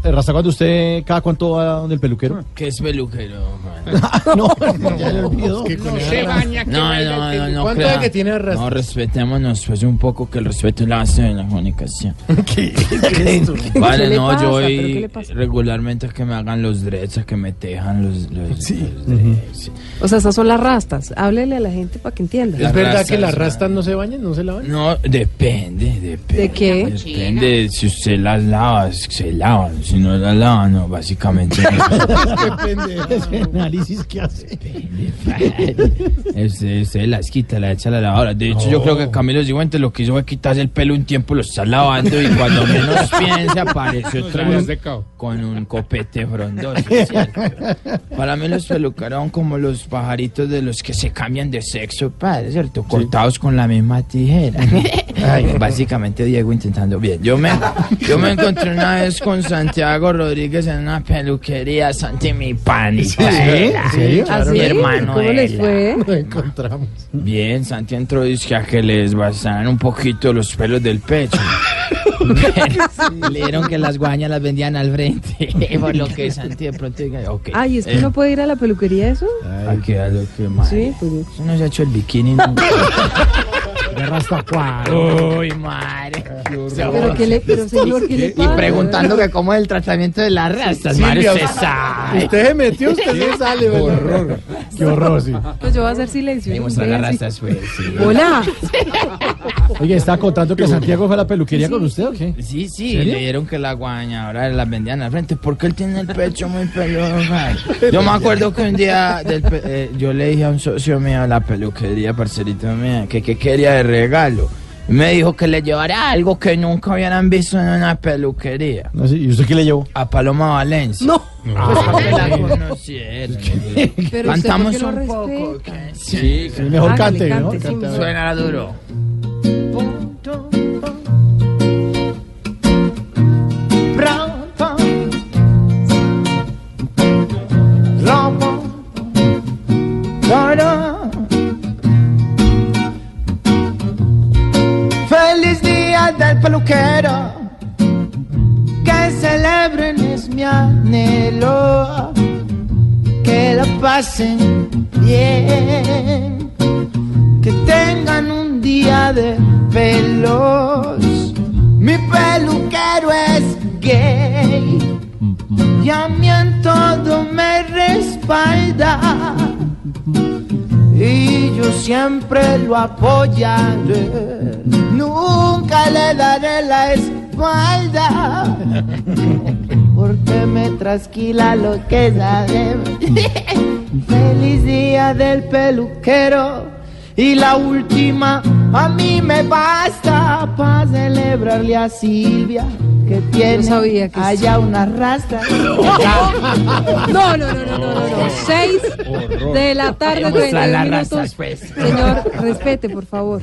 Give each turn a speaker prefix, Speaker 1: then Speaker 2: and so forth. Speaker 1: Rasta, cuando Eh, usted, ¿cada cuánto va donde el peluquero?
Speaker 2: ¿Qué es peluquero?
Speaker 1: no, ya le olvidó.
Speaker 3: No se baña, que
Speaker 2: No, no,
Speaker 3: vaya el
Speaker 2: no,
Speaker 3: técnico.
Speaker 2: no.
Speaker 3: ¿Cuánto
Speaker 2: crea.
Speaker 3: es que tiene Rasta?
Speaker 2: No, respetémonos pues un poco que el respeto es la base de la comunicación. Vale,
Speaker 4: le
Speaker 2: no,
Speaker 4: pasa?
Speaker 2: yo
Speaker 4: ¿Pero qué
Speaker 2: voy
Speaker 4: le pasa?
Speaker 2: regularmente a que me hagan los dreads, a que me tejan los, los, los dreads.
Speaker 4: O sea, esas son las rastas. Háblele a la gente para que entienda.
Speaker 2: La
Speaker 3: ¿Es verdad
Speaker 2: rasta
Speaker 3: que las
Speaker 2: es
Speaker 3: rastas
Speaker 2: una-
Speaker 3: no se bañan? ¿No se lavan?
Speaker 2: No, depende, depende.
Speaker 4: ¿De qué?
Speaker 2: Depende de si usted las lava, si se lavan, si no las lavan, no, básicamente. no.
Speaker 1: Ese análisis que hace.
Speaker 2: usted, usted las quita, las echa a la lavadora. De hecho, yo creo que Camilo Sigüente lo que hizo fue quitarse el pelo un tiempo, lo está lavando y cuando menos piensa aparece otra vez con un copete frondoso. ¿cierto? Para mí los pelucaron como los pajaritos de los que se cambian de sexo, padre, ¿cierto? Cortados con la misma tijera. Básicamente Diego intentando bien. Yo me, yo me encontré una vez con Santiago Rodríguez en una peluquería, Santi mi panita.
Speaker 1: ¿Sí?
Speaker 2: era.
Speaker 1: ¿En serio?
Speaker 4: ¿Así?
Speaker 2: Mi hermano
Speaker 4: ¿Ah, ¿Cómo les
Speaker 2: era.
Speaker 4: fue?
Speaker 1: Lo encontramos.
Speaker 2: Bien, Santi entró y dizque a que le desbastaran un poquito los pelos del pecho. Le dieron que las guañas las vendían al frente. Por lo que Santi de pronto diga, ok.
Speaker 4: Ay, ¿es que
Speaker 2: eh,
Speaker 4: uno puede ir a la peluquería eso?
Speaker 2: Aquí a lo que más.
Speaker 4: Sí, pues.
Speaker 2: Eso no se ha hecho el bikini nunca.
Speaker 1: De Rasta, ¿cuál?
Speaker 2: Uy, madre.
Speaker 4: Pero, ¿qué le, pero señor, ¿qué le
Speaker 2: Y
Speaker 4: pasa?
Speaker 2: preguntando que cómo es el tratamiento de las rastas, madre,
Speaker 3: Silvia,
Speaker 2: se sabe.
Speaker 3: Usted se metió, usted se sale, horror.
Speaker 1: Qué horror, sí.
Speaker 4: Pues yo voy a hacer silencio.
Speaker 2: Y
Speaker 4: yo
Speaker 2: mostrar
Speaker 4: voy
Speaker 2: las
Speaker 4: a decir-
Speaker 2: rastas, pues, sí.
Speaker 4: Hola.
Speaker 1: Oye, ¿está contando que Santiago fue a la peluquería con usted o qué?
Speaker 2: Sí, sí,
Speaker 1: ¿Serio?
Speaker 2: le dieron que la guaña, ahora las vendían al frente, porque él tiene el pecho muy peludo. man. Yo me acuerdo que un día del pe- eh, yo le dije a un socio mío de la peluquería, parcerito mío, que qué quería de regalo. Me dijo que le llevara algo que nunca hubieran visto en una peluquería.
Speaker 1: No, sí, ¿Y usted qué le llevó?
Speaker 2: A Paloma Valencia.
Speaker 4: No.
Speaker 2: Pues para que la conocieran.
Speaker 4: Pero usted, ¿por
Speaker 2: Cantamos
Speaker 4: qué no
Speaker 2: un
Speaker 4: respeta?
Speaker 2: poco. que- Sí,
Speaker 1: Sí,
Speaker 3: Ah,
Speaker 1: Mejor cante,
Speaker 4: Hágale, cante,
Speaker 1: ¿no?
Speaker 4: sí,
Speaker 1: Cante, a
Speaker 4: sí.
Speaker 1: ver.
Speaker 2: suena duro.
Speaker 5: Feliz día del peluquero, que celebren es mi anhelo, que la pasen bien, que tengan un día de pelos. Mi peluquero es gay y a mí en todo me respalda y yo siempre lo apoyaré. Nunca le daré la espalda, porque me trasquila lo que sabe. Feliz día del peluquero y la última a mí me basta para celebrarle a Silvia que tiene
Speaker 4: sabía que
Speaker 5: allá una rasta.
Speaker 4: No, no, no, no, no, no, no. Seis de la tarde,
Speaker 2: Mostrar
Speaker 4: 31
Speaker 2: las rastas,
Speaker 4: minutos.
Speaker 2: pues.
Speaker 4: Señor, respete, por favor.